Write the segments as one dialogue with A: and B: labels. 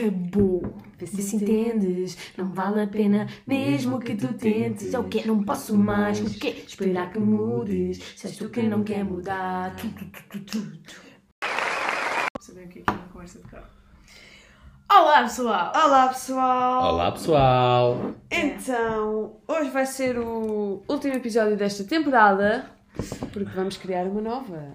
A: acabou. Vê se, entendes, não vale a pena, mesmo que tu tentes. É o que? Não posso mais, o quê? Esperar que mudes, se és tu quem não quer mudar. Tu, tu, tu, tu, tu, tu.
B: saber o que é que é uma conversa de carro. Olá pessoal!
C: Olá pessoal!
D: Olá pessoal!
C: Então, hoje vai ser o último episódio desta temporada, porque vamos criar uma nova.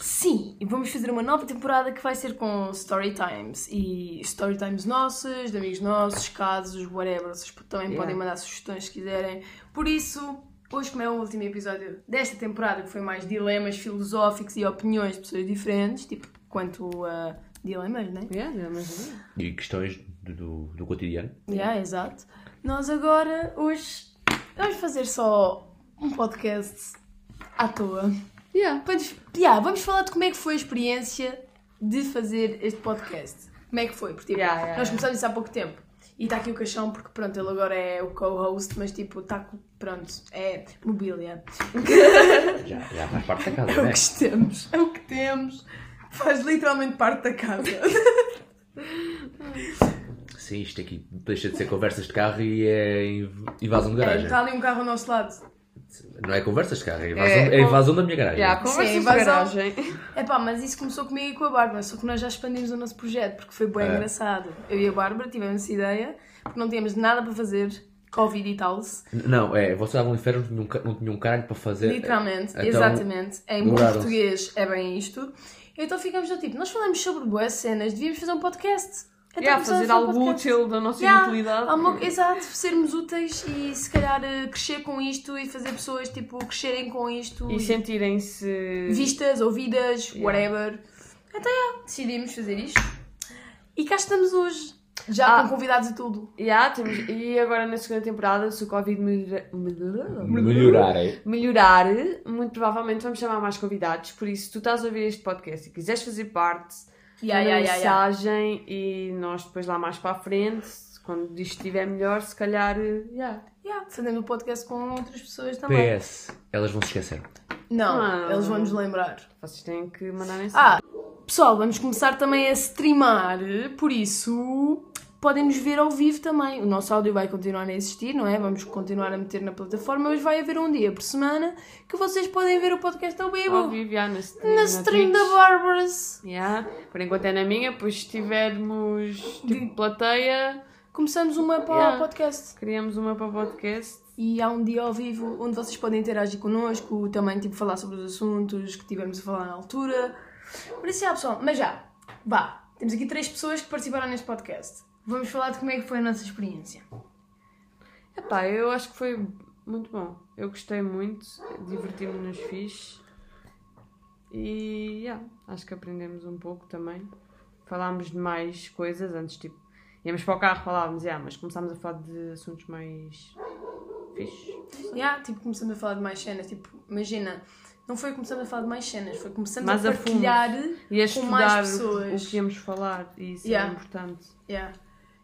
B: Sim, e vamos fazer uma nova temporada que vai ser com story times e story times nossas, de amigos nossos, casos, whatever. Vocês também
C: Yeah.
B: podem mandar sugestões se quiserem. Por isso, hoje, como é o último episódio desta temporada, que foi mais dilemas filosóficos e opiniões de pessoas diferentes, tipo quanto a dilemas, né?
C: Yeah, não é mais nada.
D: E questões do, do, do cotidiano.
B: Yeah, exato. Nós agora, hoje, vamos fazer só um podcast à toa.
C: Yeah.
B: Vamos, yeah, vamos falar de como é que foi a experiência de fazer este podcast. Como é que foi? Porque tipo,
C: Yeah, yeah,
B: nós
C: yeah.
B: começamos isso há pouco tempo. E está aqui o caixão porque pronto, ele agora é o co-host, mas tipo, está co- pronto, é mobília.
D: Já, já faz parte da
B: É
D: casa,
B: o
D: não é?
B: que temos, é o que temos. Faz literalmente parte da casa.
D: Sim, isto aqui deixa de ser conversas de carro e é inv- invasão de garagem.
B: Está ali um carro ao nosso lado.
D: Não é conversas de carro, é invasão,
C: É,
D: é
C: com-
D: invasão da minha garagem.
C: Yeah,
B: Sim, um
C: conversa de
B: invasão.
C: garagem.
B: É pá, mas isso começou comigo e com a Bárbara, só que nós já expandimos o nosso projeto porque foi bem
D: É.
B: engraçado. Eu e a Bárbara tivemos essa ideia porque não tínhamos nada para fazer, Covid e tal.
D: N- Não, é, vocês estavam em férias, não tinham, ca- não tinham caralho para fazer.
B: Literalmente,
D: Então,
B: exatamente. Em bom
D: mudaram-se.
B: português é bem isto. Então ficamos do tipo, nós falamos sobre boas cenas, devíamos fazer um podcast. Então
C: Yeah,
B: começámos
C: fazer
B: a um
C: algo
B: podcast.
C: útil da nossa
B: Yeah,
C: inutilidade.
B: algo- exato, sermos úteis e se calhar eh, crescer com isto e fazer pessoas tipo crescerem com isto.
C: E sentirem-se.
B: vistas, ouvidas, whatever. Até é, decidimos fazer isto. E cá estamos hoje, já
C: Ah.
B: com convidados e tudo.
C: Yeah, temos... E agora na segunda temporada, se o Covid melhora- melhorar.
D: Melhorarem.
C: melhorar, muito provavelmente vamos chamar mais convidados. Por isso, se tu estás a ouvir este podcast e quiseres fazer parte,
B: Ya,
C: manda
B: ya, ya, ya.
C: mensagem e nós depois lá mais para a frente, quando isto estiver melhor, se calhar. eh, yeah.
B: Yeah, fazendo o podcast com outras pessoas também.
D: PS, elas vão se esquecer.
B: Não,
C: Ah.
B: eles vão nos lembrar.
C: Vocês têm que mandar mensagem.
B: Ah, pessoal, vamos começar também a streamar, por isso podem nos ver ao vivo também. O nosso áudio vai continuar a existir, não é? Vamos continuar a meter na plataforma, mas vai haver um dia por semana que vocês podem ver o podcast ao vivo.
C: Ao vivo, yeah, na, stream,
B: Na stream da
C: Twitch.
B: Bárbaras.
C: Yeah. Por enquanto é na minha, pois se tivermos tipo, plateia,
B: Começamos uma para
C: Yeah.
B: o podcast.
C: criamos uma para o podcast.
B: E há um dia ao vivo onde vocês podem interagir connosco, também tipo falar sobre os assuntos que tivemos a falar na altura. Por isso, já, pessoal, mas já, vá. Temos aqui três pessoas que participaram neste podcast. Vamos falar de como é que foi a nossa experiência.
C: Epá, eu acho que foi muito bom. Eu gostei muito, diverti-me nos fixe. E yeah, acho que aprendemos um pouco também. Falámos de mais coisas antes, tipo, íamos para o carro, falávamos, yeah, mas começámos a falar de assuntos mais fixe.
B: Yeah, tipo, começamos a falar de mais cenas. Tipo, imagina, não foi começando a falar de mais cenas, foi começando
C: Mais
B: a
C: a fundo.
B: partilhar.
C: E a
B: Com mais
C: estudar o,
B: pessoas.
C: o que íamos falar, e isso
B: Yeah.
C: é importante.
B: Yeah.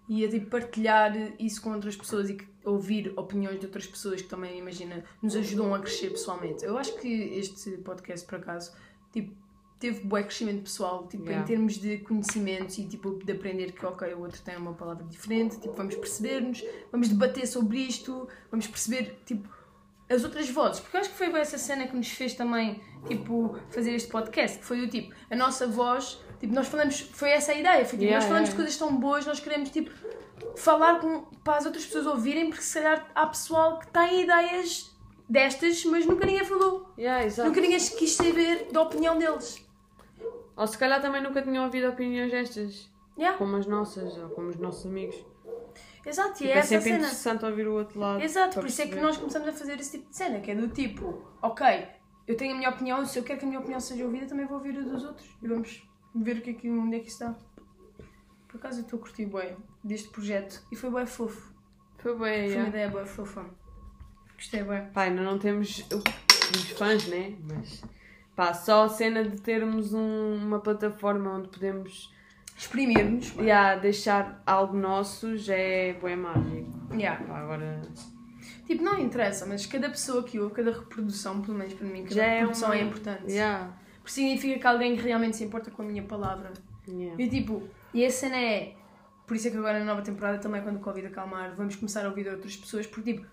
B: E a tipo, partilhar isso com outras pessoas e que- ouvir opiniões de outras pessoas que também, imagina, nos ajudam a crescer pessoalmente. Eu acho que este podcast, por acaso, tipo, teve um crescimento pessoal, tipo, em
C: Yeah.
B: termos de conhecimentos e tipo, de aprender que, ok, o outro tem uma palavra diferente, tipo, vamos perceber-nos, vamos debater sobre isto, vamos perceber, tipo, as outras vozes, porque eu acho que foi essa cena que nos fez também, tipo, fazer este podcast, que foi o tipo, a nossa voz, tipo, nós falamos, foi essa a ideia, foi tipo,
C: Yeah,
B: nós falamos
C: yeah,
B: de coisas tão boas, nós queremos, tipo, falar com, para as outras pessoas ouvirem, porque se calhar há pessoal que tem ideias destas, mas nunca ninguém falou,
C: Yeah, exato.
B: nunca ninguém quis saber da opinião deles.
C: Ou se calhar também nunca tinham ouvido opiniões destas,
B: Yeah,
C: como as nossas, ou como os nossos amigos.
B: exato, e
C: Tipo,
B: é
C: é
B: essa a
C: sempre
B: cena.
C: interessante ouvir o outro lado.
B: Exato,
C: para
B: por isso é que
C: perceber.
B: nós começamos a fazer esse tipo de cena, que é do tipo, ok, eu tenho a minha opinião, se eu quero que a minha opinião seja ouvida, também vou ouvir a dos outros e vamos ver o que é que, onde é que isso dá. Por acaso eu estou a curtir bem deste projeto e foi bem fofo.
C: Foi bem,
B: Foi
C: yeah.
B: uma ideia bem fofa. Gostei bem.
C: Pá, ainda não temos o- os fãs, né? Mas pá, só a cena de termos um- uma plataforma onde podemos
B: Exprimir-nos. Yeah.
C: yeah, deixar algo nosso já é bué mágico. Pá, agora
B: Tipo, não interessa, mas cada pessoa que ouve, cada reprodução, pelo menos para mim, cada
C: já é
B: reprodução
C: uma...
B: é importante.
C: Yeah.
B: Porque significa que alguém realmente se importa com a minha palavra.
C: Yeah.
B: E tipo, e a cena é. Por isso é que agora na nova temporada, também quando o Covid acalmar, vamos começar a ouvir outras pessoas, porque tipo,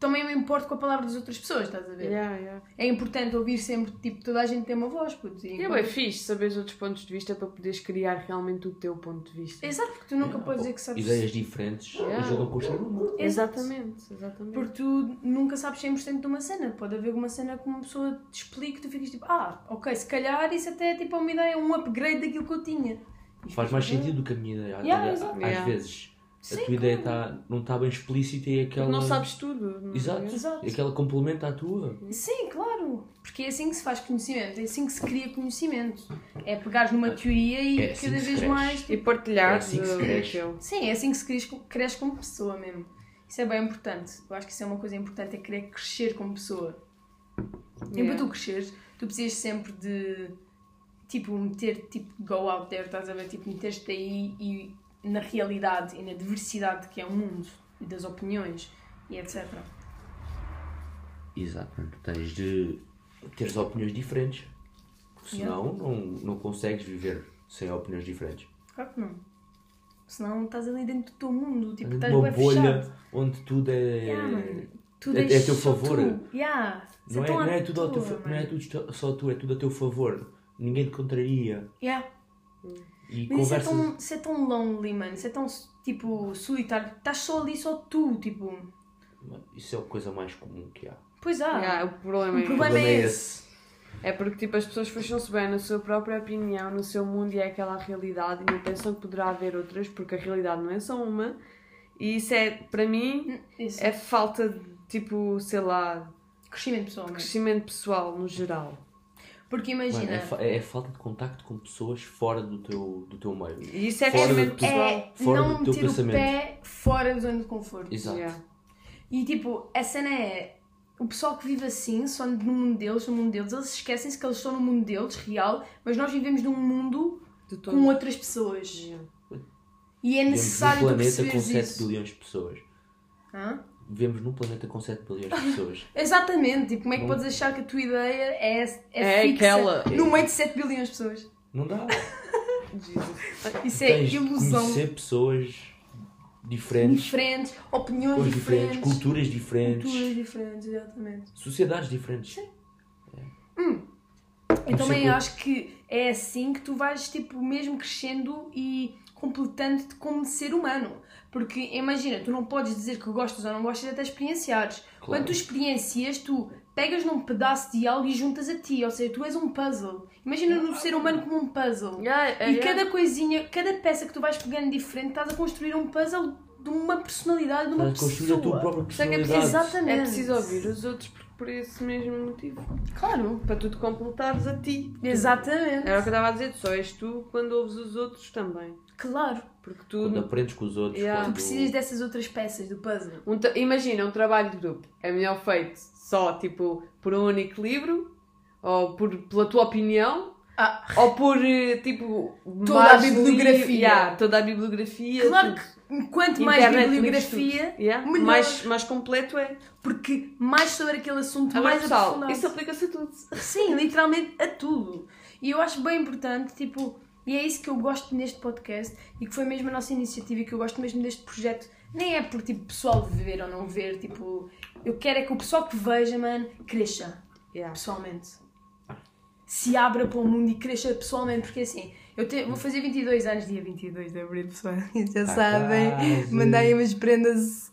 B: também eu me importo com a palavra das outras pessoas, estás a ver?
C: Yeah, yeah.
B: É importante ouvir sempre, tipo, toda a gente tem uma voz, putz. e
C: E é
B: enquanto-
C: bem fixe saberes outros pontos de vista para poderes criar realmente o teu ponto de vista.
B: é Exato, porque tu nunca podes dizer É que sabes.
D: Ideias diferentes
C: Yeah.
D: ajudam a construir o mundo.
B: Exato.
C: Exatamente, exatamente.
B: Porque tu nunca sabes 100% de uma cena. Pode haver uma cena que uma pessoa te explica e tu ficas tipo, ah, ok, se calhar isso até é tipo uma ideia, um upgrade daquilo que eu tinha. E
D: Faz mais
B: ficas,
D: sentido do que a minha ideia.
B: Yeah,
D: Às-
B: exato.
D: Às
C: Yeah.
D: vezes
B: Sim,
D: a tua ideia tá- não está bem explícita e é aquela.
C: Porque não sabes tudo. não é?
D: Exato.
B: Exato.
D: E aquela complementa a tua.
B: "Ah, Sim, claro. Porque é assim que se faz conhecimento, é assim que se cria conhecimento. É pegares numa teoria e
D: É assim
B: cada
D: que se
B: vez
D: cresce.
B: mais. tipo,
C: E partilhar
D: É assim que se cresce.
B: Sim, é assim que se cresce, cresce como pessoa mesmo. Isso é bem importante. Eu acho que isso é uma coisa importante, é querer crescer como pessoa. E para tu cresceres, tu precisas sempre de, tipo, meter, tipo, go out there, estás a ver? Tipo, meter-te aí e na realidade e na diversidade que é o mundo e das opiniões e etc.
D: Exato. Portanto, Tens de teres opiniões diferentes. Porque
B: Yeah.
D: Senão não, não consegues viver sem opiniões diferentes.
B: Claro que não. Senão estás ali dentro do teu mundo, tipo, estás
D: Uma
B: bem
D: bolha
B: fechado.
D: onde tudo é.
B: Yeah, mano. Tu
D: É- é
B: deixas
D: a teu
B: só
D: favor.
B: Tu. Yeah. Isso
D: Não, é,
B: tão à
D: não é tudo ao teu,
B: tua,
D: fa- não é
B: mano.
D: tudo sto- só tu, é tudo a teu favor. Ninguém te contraria.
B: Yeah.
D: E
B: Mas isso é,
D: conversa.
B: tão, isso é tão lonely, mano. Isso é tão, tipo, solitário. Estás só ali, só tu, tipo...
D: Isso é a coisa mais comum que há.
B: Pois há.
C: Yeah, o
B: O
C: problema é
B: problema é esse.
C: É porque tipo, as pessoas fecham-se bem na sua própria opinião, no seu mundo e é aquela realidade e não pensam que poderá haver outras porque a realidade não é só uma. E isso é, para mim,
B: Isso.
C: é falta de tipo, sei lá,
B: Crescimento pessoal, mano.
C: crescimento pessoal no geral.
B: Porque
D: Mano,
B: imagina...
D: é, fa- é falta de contacto com pessoas fora do teu, do teu meio.
C: E isso é
D: Fora do
C: crescimento
D: teu-
C: pessoal.
B: é
D: fora
B: não
D: do teu
B: meter
D: pensamento.
B: o pé fora da zona de conforto.
D: É. Exato.
C: Yeah.
B: E tipo, a cena é. O pessoal que vive assim, só no mundo deles, no mundo deles, eles esquecem-se que eles estão no mundo deles, real, mas nós vivemos num mundo
C: De todo.
B: com outras pessoas.
C: Yeah.
B: E é
D: Vivemos num
B: necessário tu
D: planeta com
B: perceberes
D: 7
B: isso.
D: bilhões de pessoas.
B: Hã?
D: Vivemos num planeta com 7 bilhões de pessoas.
B: Exatamente, tipo, como é que
D: Não-
B: podes achar que a tua ideia é, é,
C: É
B: fixa
C: aquela.
B: no meio de 7 bilhões de pessoas?
D: Não dá.
C: Jesus.
B: Isso é
D: Tens de
B: ilusão.
D: conhecer pessoas diferentes,
B: Diferentes, opiniões
D: cores
B: diferentes,
D: diferentes, culturas diferentes,
B: culturas diferentes, exatamente.
D: sociedades diferentes.
B: Eu Então também
D: Sim,
B: acho que é assim que tu vais, tipo, mesmo crescendo e completando-te como ser humano. Porque imagina, tu não podes dizer que gostas ou não gostas até experienciares. Quando tu experiencias, tu pegas num pedaço de algo e juntas a ti. Ou seja, tu és um puzzle. Imagina no ser humano como um puzzle.
C: Yeah, é,
B: E
C: yeah.
B: cada coisinha, cada peça que tu vais pegando diferente, estás a construir um puzzle de uma personalidade, de uma
D: Estás a construir
B: pessoa.
D: a tua própria
B: Só que é preciso-
D: personalidade.
B: Exatamente.
C: É preciso ouvir os outros por, por esse mesmo motivo.
B: Claro.
C: Para tu te completares a ti.
B: Exatamente.
C: Era o que eu estava a dizer, tu só és tu quando ouves os outros também.
B: Claro.
C: Porque
D: Quando
C: tu.
D: aprendes com os outros,
C: Yeah.
B: Tu
D: quando...
B: precisas dessas outras peças do puzzle.
C: um tra- imagina, um trabalho de grupo é melhor feito só tipo por um único livro, ou por, pela tua opinião,
B: Ah.
C: ou por eh, tipo.
B: Toda a
C: mais
B: bibliografia.
C: li- Yeah, toda a bibliografia.
B: Claro
C: tudo.
B: que quanto mais
C: Internet, livros,
B: bibliografia,
C: tudo. Yeah,
B: melhor.
C: Mais, mais completo é.
B: porque mais sobre aquele assunto,
C: Agora,
B: mais
C: pessoal,
B: aprofundado.
C: isso aplica-se a tudo.
B: Sim, literalmente a tudo. E eu acho bem importante, tipo, e é isso que eu gosto neste podcast e que foi mesmo a nossa iniciativa e que eu gosto mesmo deste projeto. Nem é por tipo pessoal ver ou não ver, tipo, eu quero é que o pessoal que veja, mano, cresça
C: Yeah.
B: pessoalmente. Se abra para o mundo e cresça pessoalmente, porque assim, eu te- vou fazer 22 anos, dia 22 de abril, pessoal, já sabem,
D: Tá quase.
B: mandei umas prendas.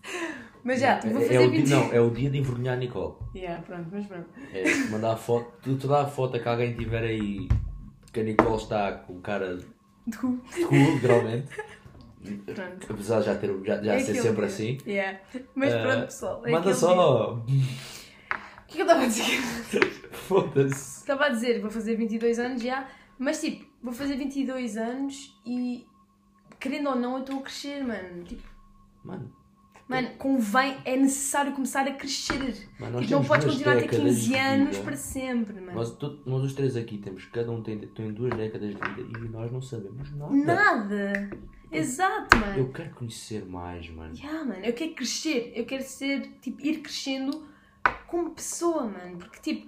B: Mas já, vou fazer
D: É o dia,
B: 20.
D: não, é o dia de envergonhar a Nicole.
B: Yeah, pronto, mas pronto.
D: É mandar foto, tu, tu dá a foto que alguém tiver aí que a Nicole está com cara de
B: Tu-
D: cu, literalmente.
B: Pronto.
D: Apesar de já, ter, já, já
B: É
D: ser
B: aquele
D: sempre
B: dia.
D: assim.
B: Yeah. Mas
D: Ah,
B: pronto, pessoal. é
D: Manda
B: aquele
D: só!
B: dia. O que é que eu estava a dizer?
D: Foda-se!
B: Estava a dizer, vou fazer 22 anos já, mas tipo, vou fazer 22 anos e querendo ou não, eu estou a crescer, mano. Tipo,
D: Mano,
B: mano, convém, é necessário começar a crescer.
D: Mano,
B: Tipo,
D: nós
B: não
D: temos
B: podes
D: duas
B: continuar até
D: décadas
B: 15
D: de
B: anos
D: vida.
B: para sempre, mano.
D: nós, to- nós os três aqui temos, cada um tem, tem duas décadas de vida e nós não sabemos nada.
B: Nada! Exato, mano.
D: Eu quero conhecer mais, mano.
B: Yeah, mano, eu quero crescer, eu quero ser, tipo, ir crescendo como pessoa, mano, porque, tipo,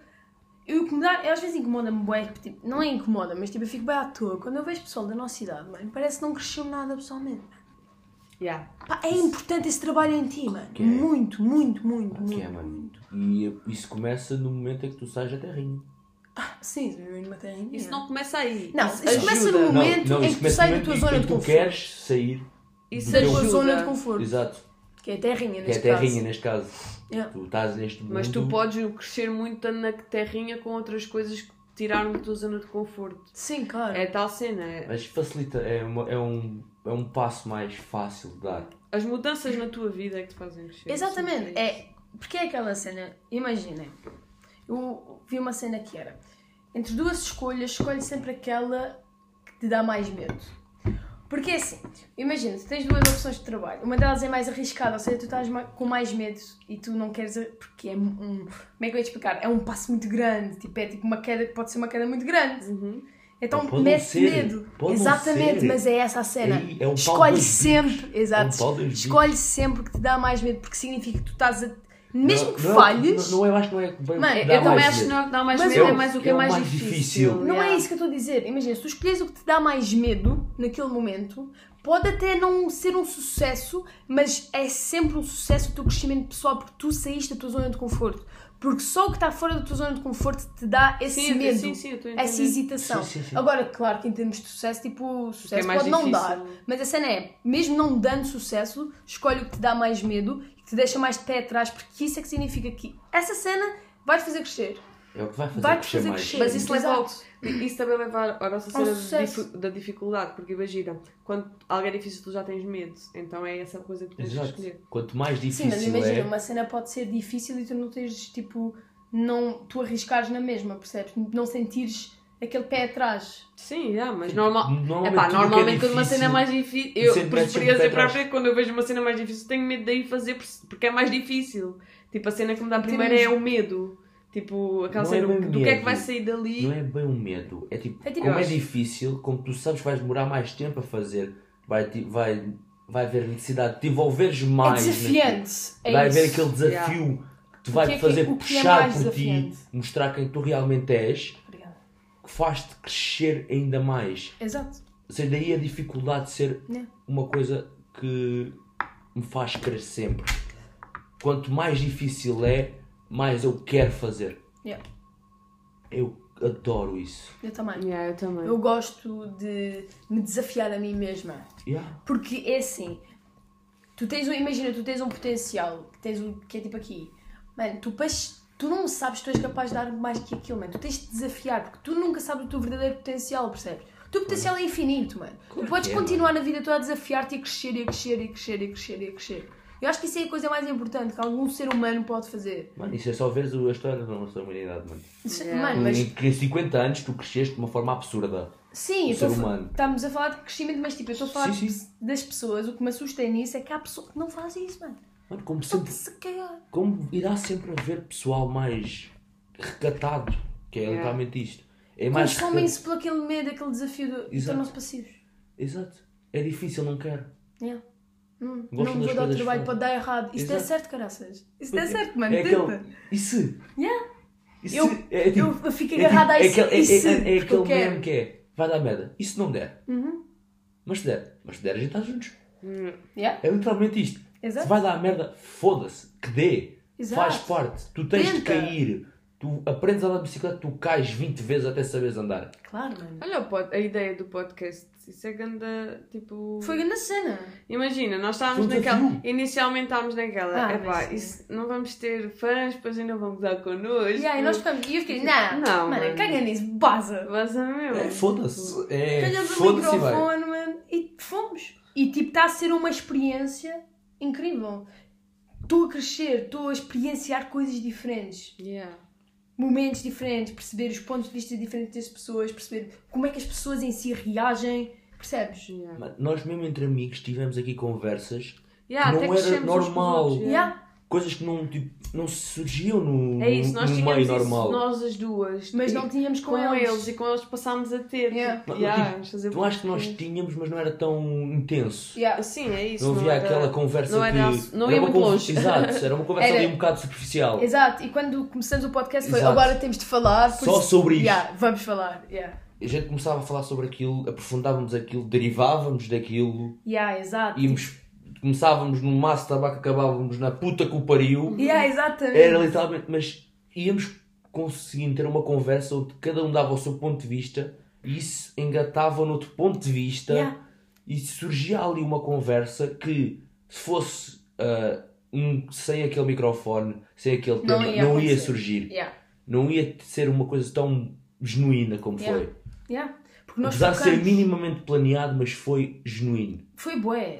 B: eu, incomodar, eu às vezes incomoda-me bué, tipo, não é incomoda, mas, tipo, eu fico bem à toa, quando eu vejo pessoal da nossa idade, mano, parece que não cresceu nada pessoalmente, mano.
C: Yeah.
B: Pá, é importante esse trabalho em ti, mano.
D: Que é.
B: Muito, muito, muito, muito.
D: Que é, mano. E isso começa no momento em que tu sais da terrinha.
B: Ah, Sim, viver numa terrinha.
C: Isso não começa aí.
B: Não, isso
C: ajuda.
B: começa no
D: Não,
B: momento
D: não,
B: em
D: isso
B: que tu
D: começa
B: sais
D: no
B: da
D: momento
B: tua
D: em
B: zona
D: que
B: de
D: tu
B: conforto.
D: queres sair.
C: Isso
D: Da
B: Da
D: tua
B: tua
C: ajuda.
B: zona de conforto.
D: Exato.
B: Que é a terrinha,
D: Que é
B: neste
D: a terrinha,
B: caso.
D: né? neste caso.
B: Yeah.
D: Tu estás neste mundo.
C: Mas tu podes crescer muito na terrinha com outras coisas que te tiraram da tua zona de conforto.
B: Sim, claro.
C: É tal cena. é-
D: Mas facilita, é, uma- é um, é um passo mais fácil de dar.
C: As mudanças na tua vida é que te fazem crescer. assim,
B: Exatamente.
C: Sim, isso.
B: É, porque é aquela cena, imaginem, eu vi uma cena que era, entre duas escolhas, escolhe sempre aquela que te dá mais medo. Porque é assim, imagina, tu tens duas opções de trabalho, uma delas é mais arriscada, ou seja, tu estás ma- com mais medo e tu não queres, a- porque é um, um- como é que eu ia te explicar? É um passo muito grande, tipo, é tipo uma queda, pode ser uma queda muito grande.
C: Uhum.
B: Então
D: Ou pode não
B: mete
D: ser,
B: medo.
D: pode não
B: Exatamente,
D: ser.
B: mas é essa a cena.
D: Aí é um pau
B: Escolhe
D: dos
B: sempre,
D: É um
B: exato.
D: pau dos
B: Escolhe sempre o que te dá mais medo, porque significa que tu estás a. Mesmo
D: Não-
B: que
D: não é-
B: falhes,
D: Não, não é, eu acho que não é bem
B: Mano,
D: o que
B: eu
D: dá
C: Eu também
D: mais
C: acho que
D: medo.
C: não é o que dá mais
B: Mas
C: medo,
B: é
C: é
B: o-
C: mais o que
D: é
C: é,
D: o
C: mais,
D: mais
C: difícil.
D: difícil.
B: não é
C: yeah.
B: isso que eu estou a dizer. Imagina, se tu escolheres o que te dá mais medo naquele momento, pode até não ser um sucesso, mas é sempre um sucesso o teu crescimento pessoal, porque tu saíste da tua zona de conforto. Porque só o que está fora da tua zona de conforto te dá esse
C: Sim,
B: medo,
C: sim, sim, eu estou a
B: essa
C: entender.
B: hesitação.
D: Sim, sim, sim.
B: Agora, claro que em termos de sucesso, tipo, o sucesso
C: mais
B: pode não
C: difícil.
B: dar. Mas a cena é, mesmo não dando sucesso, escolhe o que te dá mais medo e que te deixa mais de pé atrás, porque isso é que significa que essa cena vai te fazer crescer.
D: É o que vai fazer
B: Vai-te
D: crescer
B: fazer
D: mais.
B: crescer.
C: Mas isso,
B: Exato.
C: leva ao, isso também leva à nossa
B: Ao
C: cena de
B: sucesso.
C: difu- da dificuldade, porque imagina, quando algo é difícil tu já tens medo, então é essa coisa que tens de
D: Exato.
C: escolher.
D: Quanto mais
B: Sim,
D: difícil
B: mas imagina,
D: é,
B: uma cena pode ser difícil e tu não tens, tipo, não, tu arriscares na mesma, percebes? Não sentires aquele pé atrás.
C: Sim, já, mas normal,
D: Normalmente
C: epá,
D: tudo o que é
C: normalmente quando uma cena é
D: difícil,
C: mais difícil,
D: sempre
C: eu
D: metes
C: preferia
D: sempre
C: dizer
D: para
C: para a
D: trás.
C: frente, quando eu vejo uma cena mais difícil, tenho medo de ir fazer por- porque é mais difícil. Tipo, a cena que me dá primeiro é
B: Temos-
C: o medo. Tipo, aquela
D: Não
C: cena
D: é bem
C: do, do que é que
D: medo.
C: vai sair dali.
D: não é bem um medo. É tipo,
B: É tipo-
D: como
C: Eu
D: é
C: acho.
D: difícil, como tu sabes que vais demorar mais tempo a fazer, vai, ti- vai, vai haver necessidade de te envolveres
B: é
D: mais. naquilo.
B: desafiante. É
D: vai
B: isso.
D: haver aquele desafio que te vai
B: O que é que-
D: fazer
B: o que é
D: puxar
B: mais
D: por ti,
B: desafiante?
D: mostrar quem tu realmente és,
B: Obrigada.
D: que faz-te crescer ainda mais.
B: Exato.
D: Ou seja, daí a dificuldade de ser
B: Né.
D: uma coisa que me faz crescer sempre. Quanto mais difícil é, mais eu quero fazer.
B: Yeah.
D: Eu adoro isso.
B: Eu também.
C: Yeah, eu também.
B: Eu gosto de me desafiar a mim mesma.
D: Yeah.
B: Porque é assim, tu tens um, imagina, tu tens um potencial, que tens um, que é tipo aqui, mano, tu, pas- tu não sabes que tu és capaz de dar mais que aquilo, mano, tu tens de desafiar, porque tu nunca sabes o teu verdadeiro potencial, percebes? O teu potencial é infinito, mano. tu podes
D: é,
B: continuar na vida toda a desafiar-te e a crescer, e a crescer, e a crescer, e a crescer, e a crescer. Eu acho que isso é a coisa mais importante que algum ser humano pode fazer.
D: Mano, isso é só veres a história da nossa humanidade, mano.
B: Isso-
C: Yeah.
B: Mano, Ah, mas
D: Em que em 50 anos tu cresceste de uma forma absurda.
B: Sim, eu
D: ser
B: tô a fa-
D: humano.
B: estamos a falar de crescimento, mas tipo, eu estou a falar
D: Sim,
B: de-
D: sim.
B: das pessoas. O que me assusta nisso é que há pessoas que não fazem isso, mano.
D: Mano, como,
B: Estão-te
D: sempre,
B: se cagar.
D: como irá sempre haver pessoal mais recatado, que é
C: Yeah.
D: literalmente isto. É mais
B: Consomem-se por aquele medo, aquele desafio do- e
D: Exato.
B: tornam-se passivos.
D: Exato. É difícil, não quero.
B: Yeah. Hum, não vou
D: Gostam das
B: dar o
D: coisas
B: trabalho
D: fora.
B: para dar errado. Isto é
D: Exato.
B: certo, caraças. Isto é certo, mano.
D: É
B: Tenta.
D: aquele. E se?
B: Yeah.
D: E se?
B: Eu-
D: é, tipo,
B: Eu, eu fico agarrada a
D: é
B: isso.
D: aquele, é-
B: isso,
D: é- é,
B: porque eu Uhum.
D: aquele
B: quero.
D: meme que é. Vai dar merda. E se não der? Mas se der. Mas se der, a gente está juntos.
C: Hum,
B: Yeah.
D: É literalmente isto.
B: Exato.
D: Se vai dar merda, foda-se. Que dê.
B: Exato.
D: Faz parte. Tu tens de
B: Tenta.
D: cair. Tu aprendes a andar de bicicleta, tu cais 20 vezes até saberes andar.
B: Claro, mano.
C: Olha o pod- a ideia do podcast. Isso é ganda, tipo...
B: Foi grande cena.
C: Imagina, nós estávamos
D: Foi um
C: naquela.
D: desafio.
C: Inicialmente estávamos naquela.
B: Ah,
C: epá,
B: mas sim.
C: isso, não vamos ter fãs, depois ainda vão gozar connosco.
B: Yeah, e nós ficamos. E eu fiquei, não,
C: Não,
B: mano,
C: mano.
B: caga nisso, baza.
C: Mas é mesmo.
D: É, foda-se. É,
B: Calhamos o
D: foda-se e vai.
B: microfone, mano, e fomos. E tipo, está a ser uma experiência incrível. Estou a crescer, estou a experienciar coisas diferentes,
C: Yeah.
B: momentos diferentes, perceber os pontos de vista diferentes das pessoas, perceber como é que as pessoas em si reagem, percebes?
C: Yeah.
D: Mas Nós mesmo entre amigos tivemos aqui conversas,
C: Yeah,
D: Não
C: até
D: era
C: crescemos uns com os
D: normal.
C: outros, yeah.
B: Yeah.
D: coisas que não, tipo, não surgiam no,
C: É isso, nós
D: no
C: tínhamos
D: um, meio
C: isso,
D: normal.
C: nós as duas.
B: Mas
C: e-
B: não tínhamos com,
C: com eles.
B: eles.
C: e com eles passámos a ter.
B: Yeah.
C: tipo,
D: Mas,
C: yeah,
D: tipo,
C: vamos fazer
D: Eu acho que nós
B: É.
C: podcast.
D: tínhamos, mas não era tão intenso.
B: Yeah.
C: Sim, é isso.
D: não havia
C: era-
D: aquela conversa
C: não
D: que.
C: era- não
D: era uma
C: ia muito
D: conver-
C: longe.
D: Exato, era uma conversa
B: Era-
D: ali um bocado superficial.
B: Exato, e quando começamos o podcast foi
D: Exato.
B: agora temos de falar. por
D: Só
B: isso-
D: sobre isto.
B: Yeah, vamos falar. Yeah.
D: A gente começava a falar sobre aquilo, aprofundávamos aquilo, derivávamos daquilo,
B: Yeah, exato.
D: íamos começávamos num maço de tabaco, acabávamos na puta que o pariu.
B: Yeah, exatamente.
D: Era literalmente, mas íamos conseguindo ter uma conversa onde cada um dava o seu ponto de vista e isso engatava noutro ponto de vista
B: Yeah.
D: e surgia ali uma conversa que se fosse ah, um, sem aquele microfone, sem aquele
B: Não
D: tema, não
B: ia
D: ia,
B: acontecer.
D: surgir.
B: Yeah.
D: Não ia ser uma coisa tão genuína como
B: Yeah.
D: foi.
B: Yeah. Porque nós
D: Apesar de ser
B: tocamos-
D: minimamente planeado, mas foi genuíno.
B: Foi bué.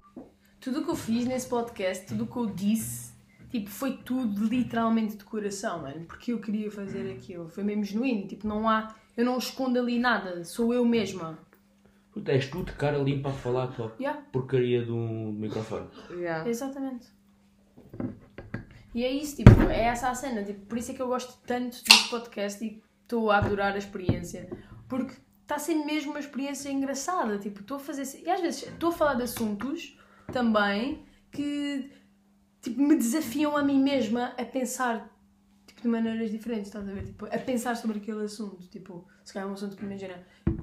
B: Tudo o que eu fiz nesse podcast, tudo o que eu disse, tipo, foi tudo literalmente de coração, mano. Porque eu queria fazer aquilo. Foi mesmo genuíno. Tipo, não há... Eu não escondo ali nada. Sou eu mesma.
D: Puta, és tu de cara limpa a falar com a
B: Yeah.
D: porcaria do microfone.
C: Yeah.
B: Exatamente. E é isso, tipo, é essa a cena. Tipo, por isso é que eu gosto tanto deste podcast e estou a adorar a experiência. Porque está a ser mesmo uma experiência engraçada. Tipo, estou a fazer. E às vezes estou a falar de assuntos também que tipo, me desafiam a mim mesma a pensar tipo, de maneiras diferentes, estás a ver? Tipo, a pensar sobre aquele assunto. Tipo, se calhar é um assunto que imagina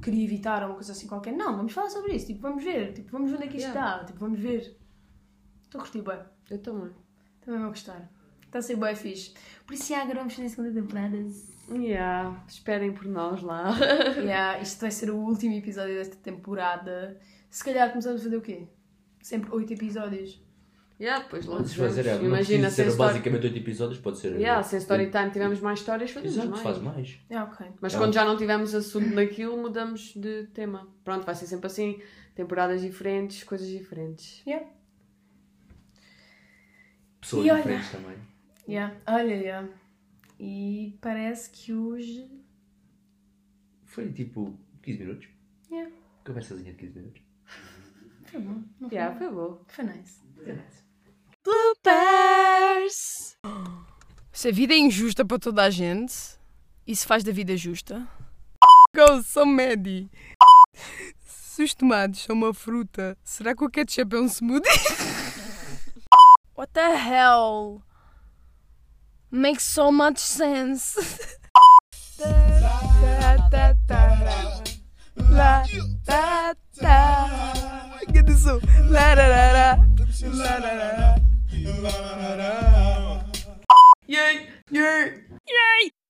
B: queria evitar ou uma coisa assim qualquer. Não, vamos falar sobre isso. Tipo, vamos ver. Tipo, vamos ver onde é que isto
C: Yeah.
B: está. Tipo, vamos ver. Estou a curtir bem.
C: Eu também.
B: Também vou gostar. Está a ser bem fixe. Por isso, yeah, agora vamos fazer a segunda temporada.
C: Yeah. Esperem por nós lá.
B: yeah, isto vai ser o último episódio desta temporada. Se calhar começamos a fazer o quê? Sempre oito episódios.
C: yeah, pois lá
D: Podes
C: nos
D: fazer, é,
C: vemos.
D: não
C: Imagina
D: precisa
C: se a
D: ser
C: história...
D: basicamente oito episódios, pode ser.
C: Yeah, se a story time tivermos mais histórias, fazemos
D: Exato,
C: mais.
D: faz mais.
B: Ah, ok.
C: Mas
D: Ah.
C: quando já não tivermos assunto naquilo, mudamos de tema. Pronto, vai ser sempre assim. Temporadas diferentes, coisas diferentes.
B: Yeah.
D: Pessoas
B: E olha-
D: diferentes também.
B: Yeah. Olha, yeah. E parece que hoje.
D: Foi tipo 15 minutos.
B: Yeah.
D: Conversazinha de 15 minutos.
B: Foi tá bom. Não foi?
C: Yeah, foi bom.
B: Foi nice.
E: Bloopers!
F: Se a vida é injusta para toda a gente, isso faz da vida justa. Go, sou Medi. Se os tomates são uma fruta, será que o ketchup é um smoothie?
E: What the hell? Makes so much sense.
F: Lá, tá, tá. Que do som. Lá, lá, lá, lá. Lá, lá, lá, lá.